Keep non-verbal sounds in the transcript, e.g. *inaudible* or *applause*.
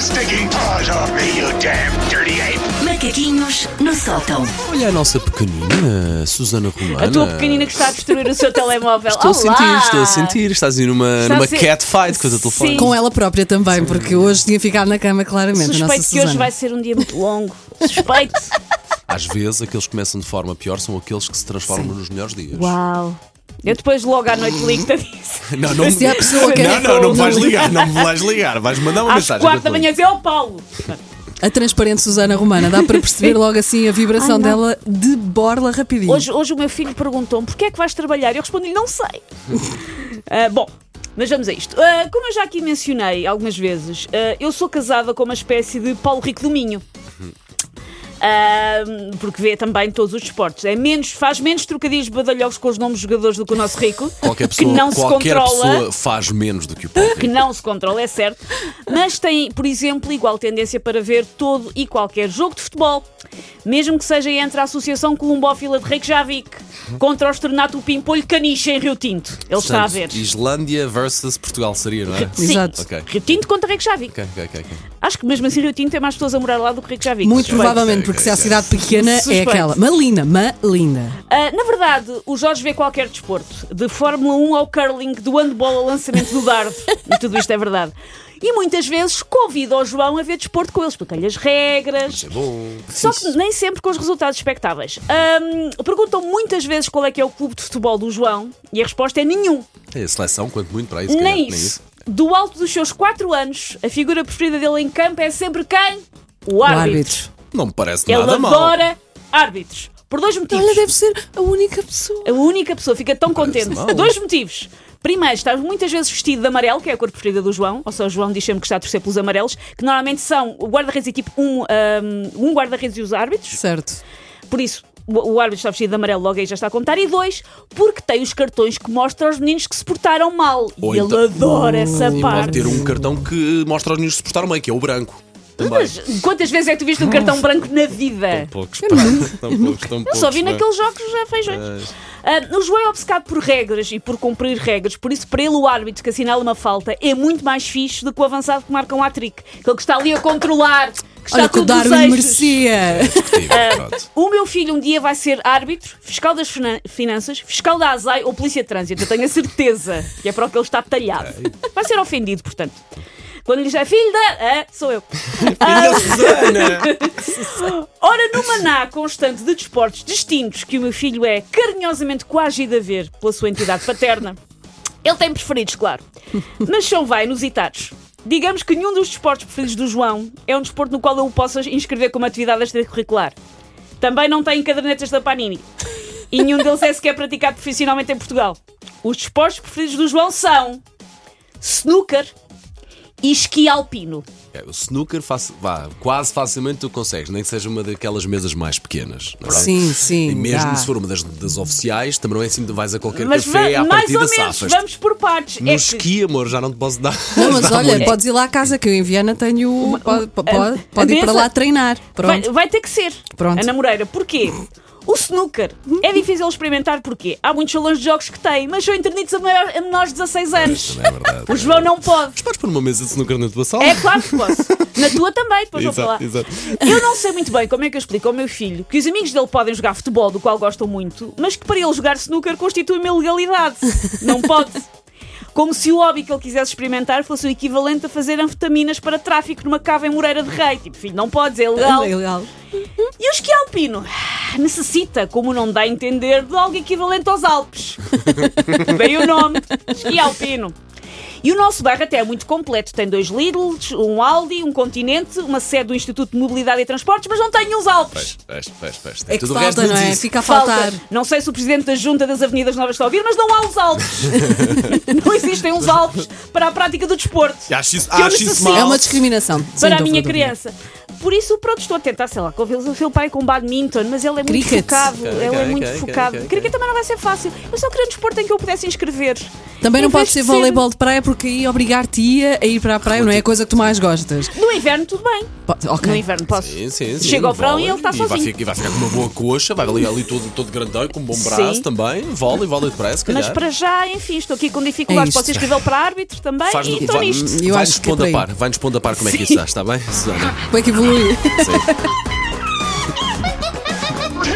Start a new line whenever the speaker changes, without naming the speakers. sticking paws off me, you damn dirty ape!
Macaquinhos no sótão.
Olha a nossa pequenina, Susana Romana.
A tua pequenina que está a destruir o seu telemóvel.
*laughs* Estou a
Olá!
sentir, estou a sentir. Estás aí numa,
Está a
numa
ser-
catfight com o teu telefone.
Sim.
Com ela própria também, porque hoje tinha ficado na cama, claramente. a nossa
Suspeito que hoje
Susana.
vai ser um dia muito longo. Suspeito.
Às vezes, aqueles que começam de forma pior são aqueles que se transformam nos melhores dias.
Uau. Eu depois logo à noite
*laughs*
ligo-te a disso.
Não, não,
Se há pessoa que
não,
é
não, não me
com-
vais ligar, não me vais ligar. Vais mandar uma
Às
mensagem.
quatro da
depois.
manhã dizer, ó Paulo.
A transparente Susana Romana, dá para perceber logo assim a vibração
Ai, não.
dela de borla rapidinho.
Hoje, hoje o meu filho perguntou-me, porquê é que vais trabalhar? Eu respondi-lhe, não sei.
*laughs*
Ah, bom... Mas vamos a isto. Ah, como eu já aqui mencionei algumas vezes, ah, eu sou casada com uma espécie de Paulo Rico do Minho.
Uhum.
Ah, porque vê também todos os esportes. É menos, faz menos trocadilhos badalhocos com os nomes dos jogadores do que o nosso rico,
Qualquer
que
pessoa,
não se
qualquer
controla.
pessoa faz menos do que o Paulo.
que não se controla, é certo, mas tem, por exemplo, igual tendência para ver todo e qualquer jogo de futebol, mesmo que seja entre a Associação Colombófila de Reykjavik contra o Estornato Pimpolho Caniche em Rio Tinto. Ele está a ver.
Portanto, Islândia versus Portugal seria, não é?
Sim,
Exato.
Ok.
Rio Tinto contra Reykjavik.
Ok, ok, ok. ok.
Acho que mesmo assim Rio Tinto tem mais pessoas a morar lá do que Reykjavik.
Muito
é Suspeito.
provavelmente,
ok,
porque
ok,
se há
ok.
cidade pequena é
Suspeito.
aquela. Malina, Malina.
Ah, na verdade, o Jorge vê qualquer desporto, de Fórmula 1 ao curling, do handball ao lançamento do dardo, e tudo isto é verdade. E muitas vezes convida o João a ver desporto com ele, explica-lhe as regras.
É bom.
Só que nem sempre com os resultados expectáveis. Ahm, perguntam muitas vezes qual é que é o clube de futebol do João e a resposta é nenhum.
É a seleção, quanto muito para isso.
nem, isso. Do alto dos seus 4 anos, a figura preferida dele em campo é sempre quem? O
O
árbitro.
árbitro.
Não me parece
Ele
nada mal.
adora árbitros. Por dois motivos.
Ela deve ser a única pessoa.
A única pessoa fica tão contente.
mal.
Dois motivos. Primeiro, está muitas vezes vestido de amarelo, que é a cor preferida do João, ou seja, o João diz sempre que está a torcer pelos amarelos, que normalmente são o guarda-redes e tipo um, ahm, um guarda-redes e os árbitros.
Certo.
Por isso, o, o árbitro está vestido de amarelo, logo aí já está a contar. E dois, porque tem os cartões que mostram aos meninos que se portaram mal.
Ou
e
então-
ele adora essa
Pode
parte.
ter um cartão que mostra aos meninos se portaram bem, que é o branco. Também.
Mas quantas vezes é que tu viste um cartão branco na vida?
Poucos, pá. Tão poucos, tão
*laughs* Eu
poucos. é?
só vi
pá.
naqueles jogos já feijões. Ah, o João é obcecado por regras e por cumprir regras, por isso, para ele, o árbitro que assinala uma falta é muito mais fixe do que o avançado que marca um hat-trick. Aquele que está ali a controlar, que está
Olha que o
tudo nos
Darwin
eixos.
merecia.
Sim,
ah,
pronto.
O meu filho um dia vai ser árbitro, fiscal das finan- finanças, fiscal da ASAI ou polícia de trânsito. Eu tenho a certeza que é para o que ele está talhado. Vai ser ofendido, portanto. Quando lhe disser filho da. Ah, sou eu.
Filha Susana!
Ora, no maná constante de desportos distintos que o meu filho é carinhosamente coagido a ver pela sua entidade paterna, ele tem preferidos, claro, mas são vai inusitados. Digamos que nenhum dos desportos preferidos do João é um desporto no qual eu o possa inscrever como atividade extracurricular. Também não tem cadernetas da Panini. E nenhum deles é sequer praticado profissionalmente em Portugal. Os desportos preferidos do João são snooker e esqui alpino.
É, o snooker faço- vá, quase facilmente tu consegues, nem que seja uma daquelas mesas mais pequenas. Não é verdade?
Sim, sim,
E mesmo
dá.
se for uma das, das oficiais, também não é assim que vais a qualquer
Mas
café
va-
à
mais
partida
ou menos,
safas.
vamos por partes.
No
É que-
esqui, amor, já não te posso dar.
Não, mas
*laughs* dar
olha,
muito.
podes ir lá à casa, que eu em Viana tenho. Pode, pode- pode ir para
mesa.
lá treinar.
Vai,
Pronto.
vai ter que ser.
Pronto.
Ana Moreira, porquê? O snooker é difícil experimentar porque há muitos salões de jogos que têm, mas são interditos a, maior, a menores de 16 anos.
Também é verdade.
O João não pode.
Mas podes pôr uma mesa de snooker na tua sala?
É claro que posso. Na tua também, depois vou falar.
Exato, exato.
Eu não sei muito bem como é que eu explico ao meu filho que os amigos dele podem jogar futebol, do qual gostam muito, mas que para ele jogar snooker constitui uma ilegalidade. Não pode. Como se o hobby que ele quisesse experimentar fosse o equivalente a fazer anfetaminas para tráfico numa cava em Moreira de Rei. Tipo, filho, não podes, é ilegal.
Legal.
E o esqui alpino? Ah, Necessita, como não dá a entender, de algo equivalente aos Alpes. *laughs* Daí o nome, esqui alpino. E o nosso bairro até é muito completo. Tem dois Lidls, um Aldi, um Continente, uma sede do Instituto de Mobilidade e Transportes, mas não tem os Alpes.
Pés, pés, pés, pés. Tem
É que
tudo o
falta,
resto
não é?
disso.
Fica a faltar.
Não sei se o Presidente da Junta das Avenidas Novas está a ouvir, mas não há os Alpes. *laughs* não existem os Alpes para a prática do desporto.
Acho isso,
Que eu
acho isso
necessito.
mal.
É uma discriminação. sem
para a
dúvida
minha
alguma.
criança. Por isso, pronto, estou a tentar, sei lá, convê-los o seu pai com um badminton, mas ele é muito
Cricket.
focado.
Ok,
ele é
ok,
muito
ok,
focado.
ok, ok.
Cricket também não vai ser fácil. Eu só queria um desporto em que eu pudesse inscrever.
Também
Em
não
vez
pode
de
ser
ser-
voleibol de praia porque aí obrigar-te-ia a ir para a praia não é a coisa que tu mais gostas.
No inverno, tudo bem.
Po- Ok.
No inverno posso.
Sim, sim, sim.
Chega ao verão e
Vôlei,
ele está
Vai
sozinho.
ficar, e vai ficar com uma boa coxa, vai ali, ali todo, todo grandão, com um bom braço
Sim.
também. Vôlei, vôlei de praia, se calhar.
Mas para já, enfim, estou aqui com dificuldades.
É
Pode ser
isto.
escrever para árbitro também
Faz-nos-
e estou
vai-
nisto.
Eu
Vai-nos
acho que é
pondo a
por aí.
par, vai-nos pondo a par como é que isso estás, está bem, Susana?
Como é que evolui?